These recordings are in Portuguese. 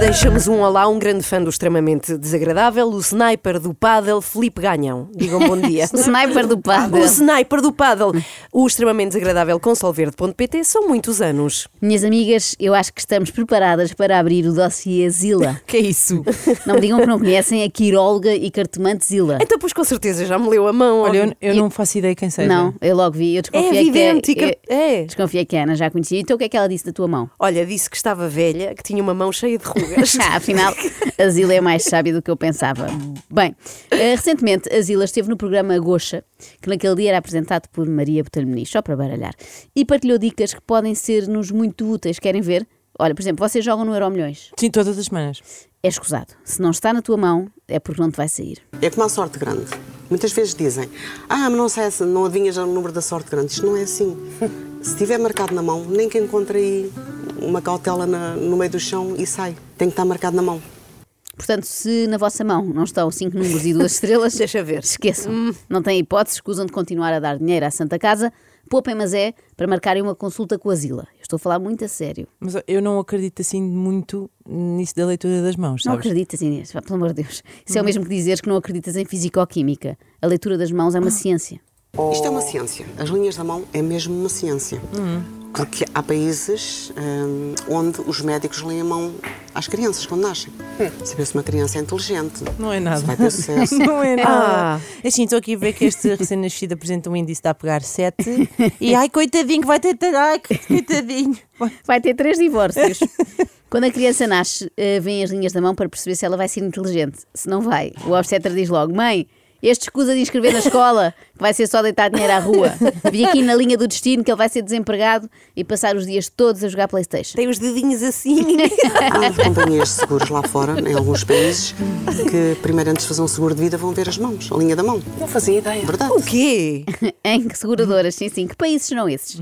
Deixamos um olá a um grande fã do extremamente desagradável, o sniper do pádel, Felipe Ganhão. Digam bom dia. O sniper do O padre. sniper do pádel. O extremamente desagradável com solverde.pt são muitos anos. Minhas amigas, eu acho que estamos preparadas para abrir o dossiê Zila. Que é isso? Não me digam que não conhecem a quiróloga e cartomante Zila. Então, pois com certeza já me leu a mão. Olha, olha. eu, eu não faço ideia quem seja. Não, eu logo vi, eu é desconfiei evidente. que... que- É. Eu... Desconfiei que a Ana já conhecia. Então o que é que ela disse da tua mão? Olha, disse que estava velha, que tinha uma mão cheia de rugas. Ah, afinal, a Zila é mais sábia do que eu pensava. Bem, eh, recentemente a Zila esteve no programa Goxa, que naquele dia era apresentado por Maria Botelho Muniz, só para baralhar, e partilhou dicas que podem ser-nos muito úteis. Querem ver? Olha, por exemplo, vocês jogam no Euro Milhões. Sim, todas as semanas. É escusado. Se não está na tua mão, é porque não te vai sair. É como a sorte grande. Muitas vezes dizem, ah, mas não, sei, se- não adivinhas o número da sorte grande. Isto não é assim. Se tiver marcado na mão, nem que encontre aí uma cautela na- no meio do chão e sai. Tem que estar marcado na mão. Portanto, se na vossa mão não estão cinco números e duas estrelas, Deixa ver. Hum. esqueçam. Não têm hipótese, escusam de continuar a dar dinheiro à Santa Casa. Poupem, mas é para marcarem uma consulta com a Zila. Eu estou a falar muito a sério. Mas eu não acredito assim muito nisso da leitura das mãos, Não sabes? acreditas, Inês, vá, pelo amor de Deus. Hum. Isso é o mesmo que dizeres que não acreditas em fisicoquímica. A leitura das mãos Ah. é uma ciência. Oh. Isto é uma ciência. As linhas da mão é mesmo uma ciência. Hum. Porque há países hum, onde os médicos leem a mão às crianças quando nascem. Saber se uma criança é inteligente. Hum. Não é nada. Se vai ter sucesso. Não é nada. Ah. Assim, estou aqui a ver que este recém-nascido apresenta um índice de a pegar 7. E ai, coitadinho, que vai ter. Ai, coitadinho. Vai ter três divórcios. Quando a criança nasce, eh, vêm as linhas da mão para perceber se ela vai ser inteligente. Se não vai, o obstetra diz logo: Mãe, este escusa de inscrever na escola, que vai ser só deitar dinheiro à rua. Vi aqui na linha do destino que ele vai ser desempregado e passar os dias todos a jogar Playstation. Tem os dedinhos assim. Há umas companhias de seguros lá fora, em alguns países, que primeiro antes de fazer um seguro de vida vão ver as mãos, a linha da mão. Não fazia ideia. Verdade. o quê? Em que seguradoras, sim, sim. Que países são esses?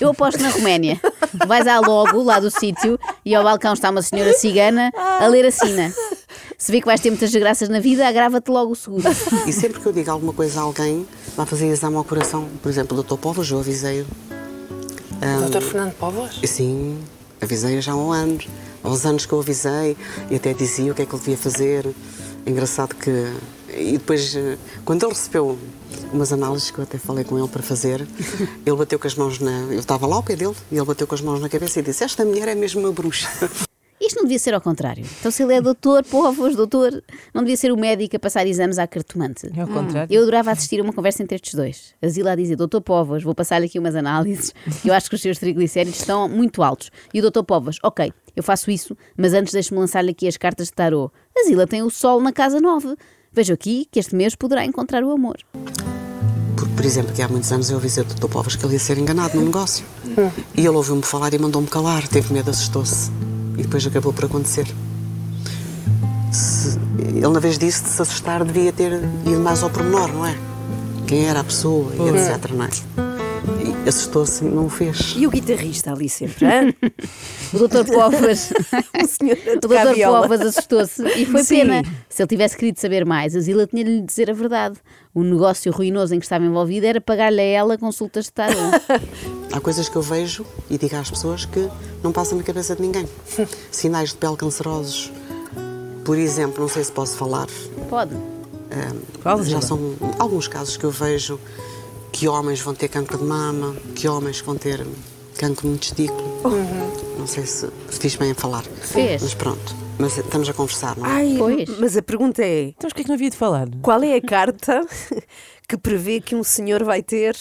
Eu aposto na Roménia. Vais à logo, lá do sítio, e ao balcão está uma senhora cigana a ler a sina. Se vê que vais ter muitas desgraças na vida, agrava-te logo o seguro. E sempre que eu digo alguma coisa a alguém, vai fazer exame ao coração. Por exemplo, o Dr. Povas, eu avisei-o. Doutor Fernando Povas? E Sim, avisei-o já há um ano. Há uns anos que eu avisei e até dizia o que é que ele devia fazer. Engraçado que. E depois, eh, quando ele recebeu umas análises que eu até falei com ele para fazer, ele bateu com as mãos na. Eu estava lá ao pé dele e ele bateu com as mãos na cabeça e disse: Esta mulher é mesmo uma bruxa. Isto não devia ser ao contrário. Então, se ele é doutor, povos, doutor, não devia ser o médico a passar exames à cartomante. É ao contrário. Eu adorava assistir a uma conversa entre estes dois. A Zila a dizer, doutor Povas, vou passar-lhe aqui umas análises, que eu acho que os seus triglicéridos estão muito altos. E o doutor Povas, ok, eu faço isso, mas antes deixe-me lançar-lhe aqui as cartas de tarô. A Zila tem o sol na casa 9. Vejo aqui que este mês poderá encontrar o amor. Porque, por exemplo, que há muitos anos eu avisei o Dr. Povas que ele ia ser enganado no negócio. E ele ouviu-me falar e mandou-me calar, teve medo, assustou-se. E depois acabou por acontecer. Se- ele, na vez disso, de se assustar, devia ter ido mais ao pormenor, não é? Quem era a pessoa, e etc, não é? E assustou-se e não o fez. E o guitarrista ali sempre, hã? O doutor Povas... O Um senhor a O tocar doutor viola. Povas assustou-se e foi Sim. pena. Se ele tivesse querido saber mais, a Zila tinha-lhe de lhe dizer a verdade. O negócio ruinoso em que estava envolvida era pagar-lhe a ela consultas de tarô. Há coisas que eu vejo e digo às pessoas que não passam na cabeça de ninguém. Sinais de pele cancerosos. Por exemplo, não sei se posso falar, Pode. Fala, já Zila. são alguns casos que eu vejo que homens vão ter cancro de mama, que homens vão ter cancro no testículo. Não sei se se fiz bem a falar. Fez. Mas pronto, mas estamos a conversar, não é? Ai, Pois. mas a pergunta é: Então, mas o que é que não havia de falar? qual é a carta que prevê que um senhor vai ter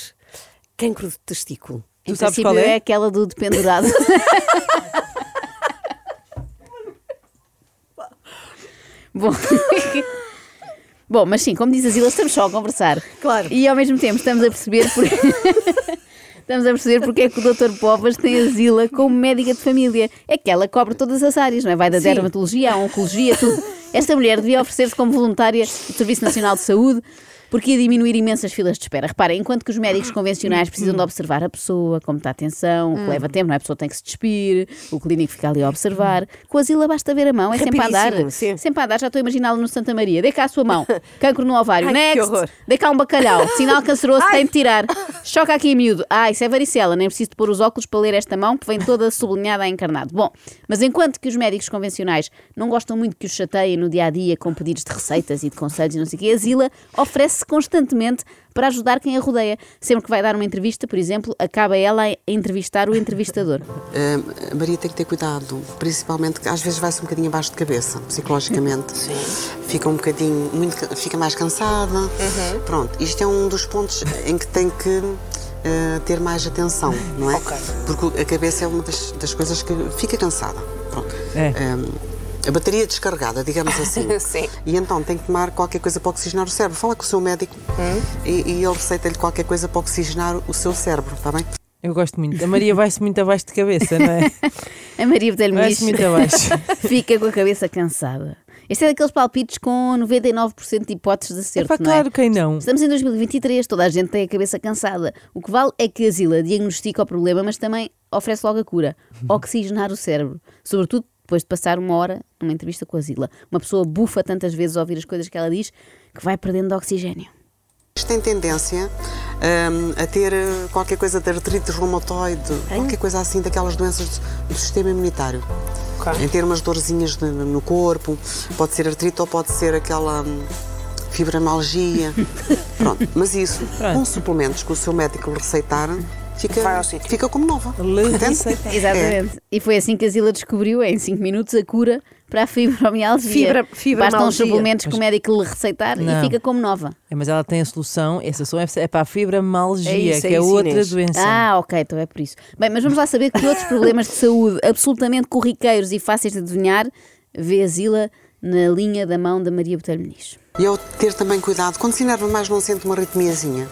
cancro de testículo? Em sabes princípio qual é? aquela do dependurado. Bom. Bom, mas sim, como diz a Zila, estamos só a conversar. Claro. E ao mesmo tempo estamos a perceber porque... estamos a perceber porque é que o Dr. Povas tem a Zila como médica de família. É que ela cobre todas as áreas, não é? Vai da dermatologia à oncologia, tudo. Esta mulher devia oferecer-se como voluntária do Serviço Nacional de Saúde. porque ia diminuir imensas filas de espera. Repara, enquanto que os médicos convencionais precisam Uhum. de observar a pessoa, como está a atenção, o que leva tempo, não é? A pessoa tem que se despir, o clínico fica ali a observar. Com a Zila basta ver a mão, é sempre a Rapidíssimo, andar. sim. Sempre a andar, já estou a imaginá-lo no Santa Maria. Dê cá a sua mão, cancro no ovário, Ai, que horror. next, dê cá um bacalhau, sinal canceroso, tem de tirar. Choca aqui em miúdo, ah, isso é varicela, nem preciso de pôr os óculos para ler esta mão que vem toda sublinhada a encarnado. Bom, mas enquanto que os médicos convencionais não gostam muito que os chateiem no dia a dia com pedidos de receitas e de conselhos e não sei o quê, a Zila oferece-se constantemente para ajudar quem a rodeia. Sempre que vai dar uma entrevista, por exemplo, acaba ela a entrevistar o entrevistador. Ah, Maria tem que ter cuidado, principalmente que às vezes vai-se um bocadinho abaixo de cabeça, psicologicamente. Fica um bocadinho, muito, ca- fica mais cansada. Uhum. Pronto, isto é um dos pontos em que tem que ah, ter mais atenção, não é? Ok. Porque a cabeça é uma das, das coisas que fica cansada. Pronto. É. Ah, a bateria descarregada, digamos assim. Sim. E então tem que tomar qualquer coisa para oxigenar o cérebro. Fala com o seu médico Hum? e, e ele receita-lhe qualquer coisa para oxigenar o seu cérebro, está bem? Eu gosto muito. A Maria vai-se muito abaixo de cabeça, não é? A Maria Botelho Vai-se muito abaixo. fica com a cabeça cansada. Este é daqueles palpites com 99% de hipóteses de acerto, Epá, não é? claro, quem não? Estamos em 2023, toda a gente tem a cabeça cansada. O que vale é que a Zila diagnostica o problema, mas também oferece logo a cura. Uhum. Oxigenar o cérebro. Sobretudo depois de passar uma hora numa entrevista com a Zila. Uma pessoa bufa tantas vezes a ouvir as coisas que ela diz que vai perdendo de oxigênio. Isto tem tendência hum, a ter eh, qualquer coisa de artrite reumatoide, qualquer coisa assim daquelas doenças do, do sistema imunitário. Ok. Em ter umas dorzinhas de- no corpo, pode ser artrite ou pode ser aquela hum, fibromialgia. Pronto, mas isso, com suplementos que o seu médico lhe receitar, fica, Vai ao sítio. fica como nova. Lhe Entende? É. receitar. Exatamente. E foi assim que a Zila descobriu, em 5 minutos, a cura para a fibromialgia. Fibra- fibromialgia. Bastam os suplementos que o médico lhe receitar Não. e fica como nova. É, mas ela tem a solução, essa solução é- é para a fibromialgia, É isso, é que é isso, outra Inês. doença. Ah, ok, então é por isso. Bem, mas vamos lá saber que outros problemas de saúde absolutamente corriqueiros e fáceis de adivinhar vê a Zila na linha da mão da Maria Botelho Muniz. E eu ter também cuidado, quando se enerva mais não sente uma arritmiazinha.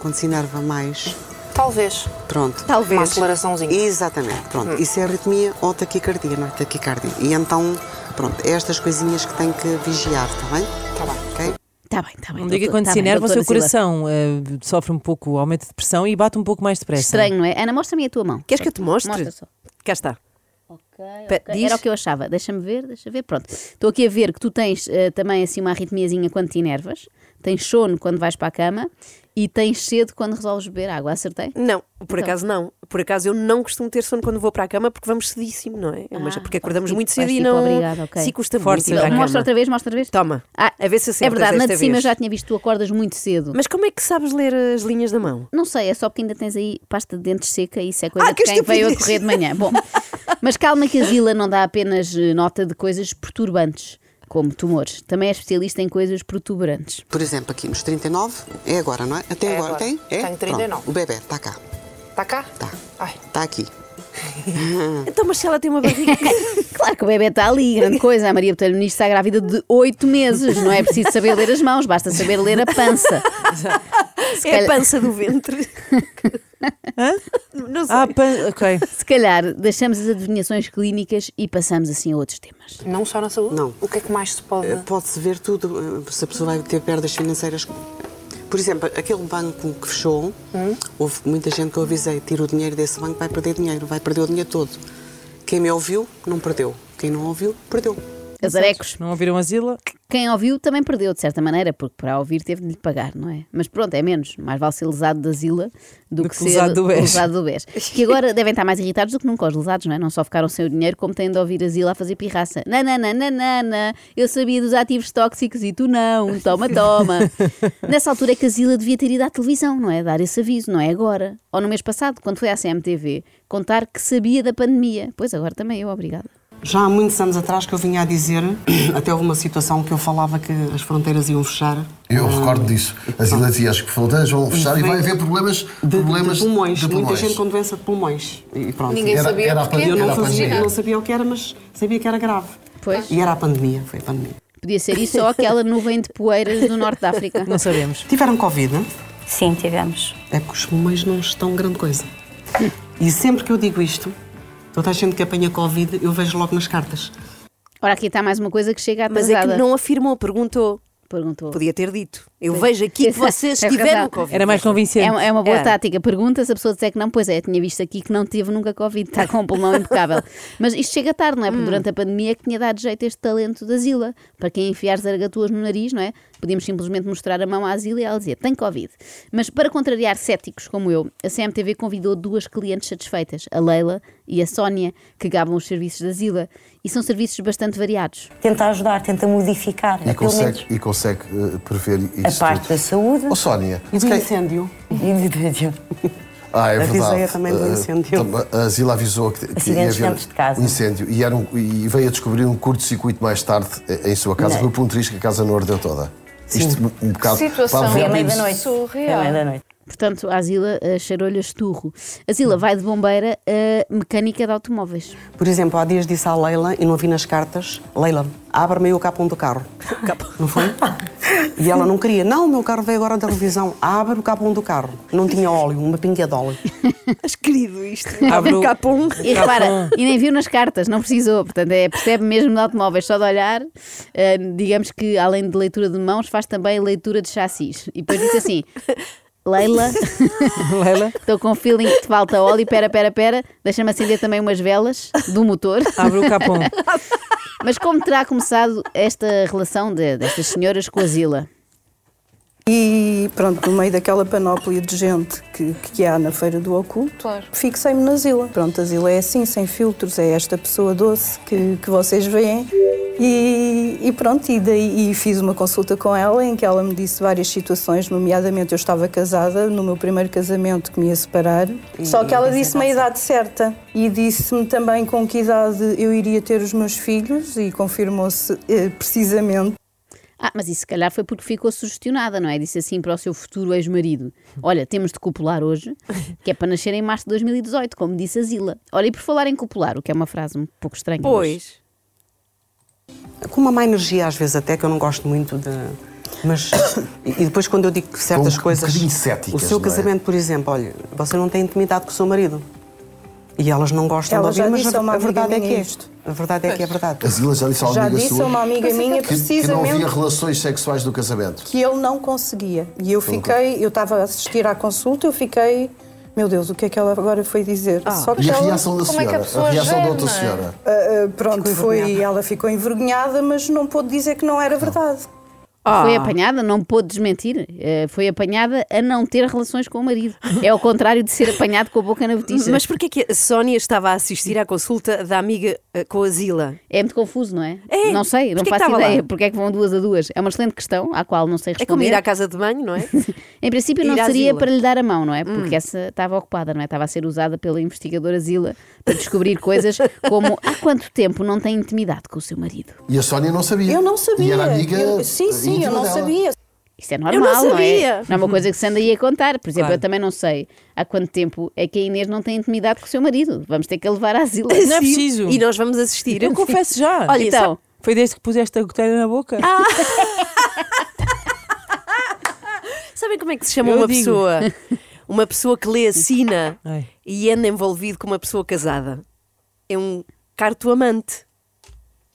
Quando se enerva mais, Talvez. pronto. Uma Talvez. aceleraçãozinha. Hum. Exatamente, pronto. Isso é arritmia ou taquicardia, não é taquicardia. E então, pronto, é estas coisinhas que tem que vigiar, está bem? Tá bem. Ok? Está bem, está bem. Não diga doutor- quando tá se bem, enerva, o doutora seu Zila. coração eh, sofre um pouco, aumento de pressão e bate um pouco mais depressa. Estranho, não é? Ana, mostra-me a tua mão. Queres que eu te mostre? Mostra só. Cá está. Ok, Pe- ok. diz. Era o que eu achava. Deixa-me ver, deixa ver. Pronto. Estou aqui a ver que tu tens eh, também assim uma arritmiazinha quando te enervas, tens sono quando vais para a cama e tens sede quando resolves beber água. Acertei? Não, Então. por acaso não. Por acaso eu não costumo ter sono quando vou para a cama porque vamos cedíssimo, não é? Mas Ah, porque acordamos vais muito tipo- cedo e vais tipo não. obrigada, ok. Sim, custa Força, muito ir à Ana. cama. Mostra outra vez, mostra outra vez. Toma. Ah, a ver se acertas É verdade, na desta de cima eu vez. já tinha visto, tu acordas muito cedo. Mas como é que sabes ler as linhas da mão? Não sei, é só porque ainda tens aí pasta de dentes seca e isso é coisa Ah, de que quem veio a estupidez. correr de manhã. Bom, mas calma que a Zila não dá apenas eh, nota de coisas perturbantes, como tumores. Também é especialista em coisas protuberantes. Por exemplo, aqui nos 39, é agora, não é? Até É agora, agora. tem? É? Tenho 39. Pronto, o bebê está cá, Está Tá cá? está. Ai. Está aqui. Ah. Então, mas se ela tem uma barriga. Claro que o bebê está ali, grande coisa. A Maria Botelho Muniz está grávida de oito meses. Não é preciso saber ler as mãos, basta saber ler a pança. é a calhar- pança do ventre. Não sei. Ah, pan... ok. Se calhar deixamos as adivinhações clínicas e passamos assim a outros temas. Não só na saúde? Não. O que é que mais se pode. Eh, Pode-se ver tudo, eh, se a pessoa vai ter perdas financeiras. Por exemplo, aquele banco que fechou, houve muita gente que eu avisei, tira o dinheiro desse banco, vai perder dinheiro, vai perder o dinheiro todo. Quem me ouviu, não perdeu. Quem não ouviu, perdeu. Azarecos. Não ouviram a Zila? Quem ouviu também perdeu, de certa maneira, porque para ouvir teve de lhe pagar, não é? Mas pronto, é menos. Mais vale ser lesado da Zila do, Do que que ser lesado do BES. lesado do BES. Que agora devem estar mais irritados do que nunca os lesados, não é? Não só ficaram sem o dinheiro, como têm de ouvir a Zila a fazer pirraça. Nananana, eu sabia dos ativos tóxicos e tu não, toma, toma. Nessa altura é que a Zila devia ter ido à televisão, não é? Dar esse aviso, não é agora. Ou no mês passado, quando foi à CMTV, contar que sabia da pandemia. Pois agora também eu, obrigada. Já há muitos anos atrás que eu vinha a dizer, até houve uma situação que eu falava que as fronteiras iam fechar. Eu Ah, recordo disso. As ilhas e as fronteiras vão fechar e vai haver problemas, De, problemas de pulmões, de muita pulmões. gente com doença de pulmões. E pronto. Ninguém Era- sabia era a porquê. pandemia. eu Era não, a fazia, pandemia. não sabia o que era, mas sabia que era grave. Pois. E era a pandemia, foi a pandemia. Podia ser isso ou aquela nuvem de poeiras do norte da África. Não sabemos. Tiveram Covid, né? Sim, tivemos. é que os pulmões não estão grande coisa. E sempre que eu digo isto, toda a gente que apanha Covid, eu vejo logo nas cartas. Ora, aqui está mais uma coisa que chega Mas atrasada. é que não afirmou, perguntou. Perguntou. Podia ter dito. Eu vejo aqui que Exato, vocês É tem tiveram razão. Covid. Era mais convincente. É, uma- é uma boa É. tática. Pergunta se a pessoa disser que não, pois é, tinha visto aqui que não teve nunca Covid, está com um pulmão impecável. Mas isto chega tarde, não é? Porque Hum. durante a pandemia é que tinha dado jeito este talento da Zila, para quem enfiar zargatuas no nariz, não é? Podíamos simplesmente mostrar a mão à Zila e ela dizia, tem Covid. Mas para contrariar céticos como eu, a CMTV convidou duas clientes satisfeitas, a Leila e a Sónia, que gabam os serviços da Zila. E são serviços bastante variados. tenta ajudar, tenta modificar. E pelo consegue, menos e consegue eh, prever a isso parte da tudo. saúde. Oh, Sónia, E do se calhar- incêndio? Entendeu? Ah, é Avisei verdade. também do Ah, incêndio. tam- A Zila avisou que, que ia Acidentes haver dentro de casa. um incêndio e, era um- e veio a descobrir um curto-circuito mais tarde eh, em sua casa. Não. Foi por um triz que a casa não ardeu toda. Isto um bocado. situação. para Foi haver à meia da menos- noite. Foi à meia da noite. Portanto, a Zila eh, cheirou-lhe a esturro. A Zila vai de bombeira a mecânica de automóveis. Por exemplo, há dias disse à Leila e não vi nas cartas: Leila, abre-me aí o capão do carro. Não foi? E ela não queria: Não, o meu carro veio agora da revisão, abre o capão do carro. Não tinha óleo, uma pinga de óleo. Mas querido isto. um Abro- Capum. E repara, e nem viu nas cartas, não precisou. Portanto, é, percebe mesmo de automóveis, só de olhar. eh, digamos que, além de leitura de mãos, faz também leitura de chassis. E depois disse assim: Leila, Leila, estou com um feeling que te falta óleo, pera, pera, pera, deixa-me acender também umas velas do motor. abre o capão. Mas como terá começado esta relação de- destas senhoras com a Zila? E pronto, no meio daquela panóplia de gente que, que há na Feira do Oculto, Claro. fixei-me na Zila. Pronto, a Zila é assim, sem filtros, é esta pessoa doce que, que vocês veem. E, e pronto, e, daí, e fiz uma consulta com ela em que ela me disse várias situações, nomeadamente eu estava casada no meu primeiro casamento que me ia separar. Só que ela disse-me a idade certa e disse-me também com que idade eu iria ter os meus filhos e confirmou-se eh, precisamente. Ah, mas isso se calhar foi porque ficou sugestionada, não é? Disse assim para o seu futuro ex-marido: Olha, temos de copular hoje, que é para nascer em março de 2018, como disse a Zila. Olha, e por falar em copular, o que é uma frase um pouco estranha. mas- Pois. Com uma má energia, às vezes, até que eu não gosto muito de. Mas. E e depois, quando eu digo que certas Um coisas. bocadinho céticas, o seu não é? casamento, por exemplo, olha, você não tem intimidade com o seu marido. E elas não gostam Ela de já ouvir, mas disse a a, uma a amiga verdade é que minha é. isto. A verdade é que é verdade. A Zila já disse a uma Já amiga disse sua a uma amiga minha que, que não havia precisamente relações sexuais do casamento. que ele não conseguia. E Uhum. eu fiquei, eu estava a assistir à consulta, eu fiquei, meu Deus, o que é que ela agora foi dizer? Só que E a ela, reação da como é que a senhora? pessoa reação da geme? outra senhora? ah, ah, pronto, foi, ela ficou envergonhada, mas não pôde dizer que não era verdade. Ah. Foi apanhada, não pôde desmentir. eh, foi apanhada a não ter relações com o marido. É ao contrário de ser apanhado com a boca na botija. Mas porquê que a Sónia estava a assistir à consulta da amiga eh, com a Zila? É muito confuso, não é? É. Não sei, não Porquê que faço estava lá? ideia. Porque é que vão duas a duas? É uma excelente questão, à qual não sei responder. É como ir à casa de banho, não é? Em princípio Ir não à seria Zila. Hum. para lhe dar a mão, não é? Porque essa estava ocupada, não é? Estava a ser usada pela investigadora Zila para descobrir coisas como há quanto tempo não tem intimidade com o seu marido. E a Sónia não sabia. Eu não sabia. E era amiga. Eu- sim, sim, íntima eu não dela. sabia. Isto é normal, é? sabia. Não é uma coisa que se anda aí a contar. Por exemplo, Claro. eu também não sei há quanto tempo é que a Inês não tem intimidade com o seu marido. Vamos ter que a levar à Zila. Não é Sim. preciso. E nós vamos assistir. Eu confesso já. Olha, Então, Foi desde que puseste a goteira na boca. Ah. Sabem como é que se chama Eu uma digo. pessoa? Uma pessoa que lê a sina Ai. e anda envolvido com uma pessoa casada. É um cartoamante.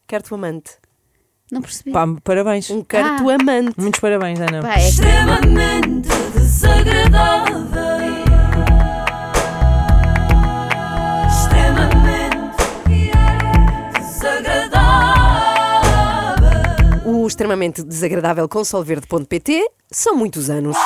Cartoamante. é não percebi. Pá, parabéns. Um Ah. cartoamante. Muitos parabéns, Ana. Pá, é que- extremamente desagradável. Extremamente desagradável. O extremamente desagradável com solverde.pt são muitos anos.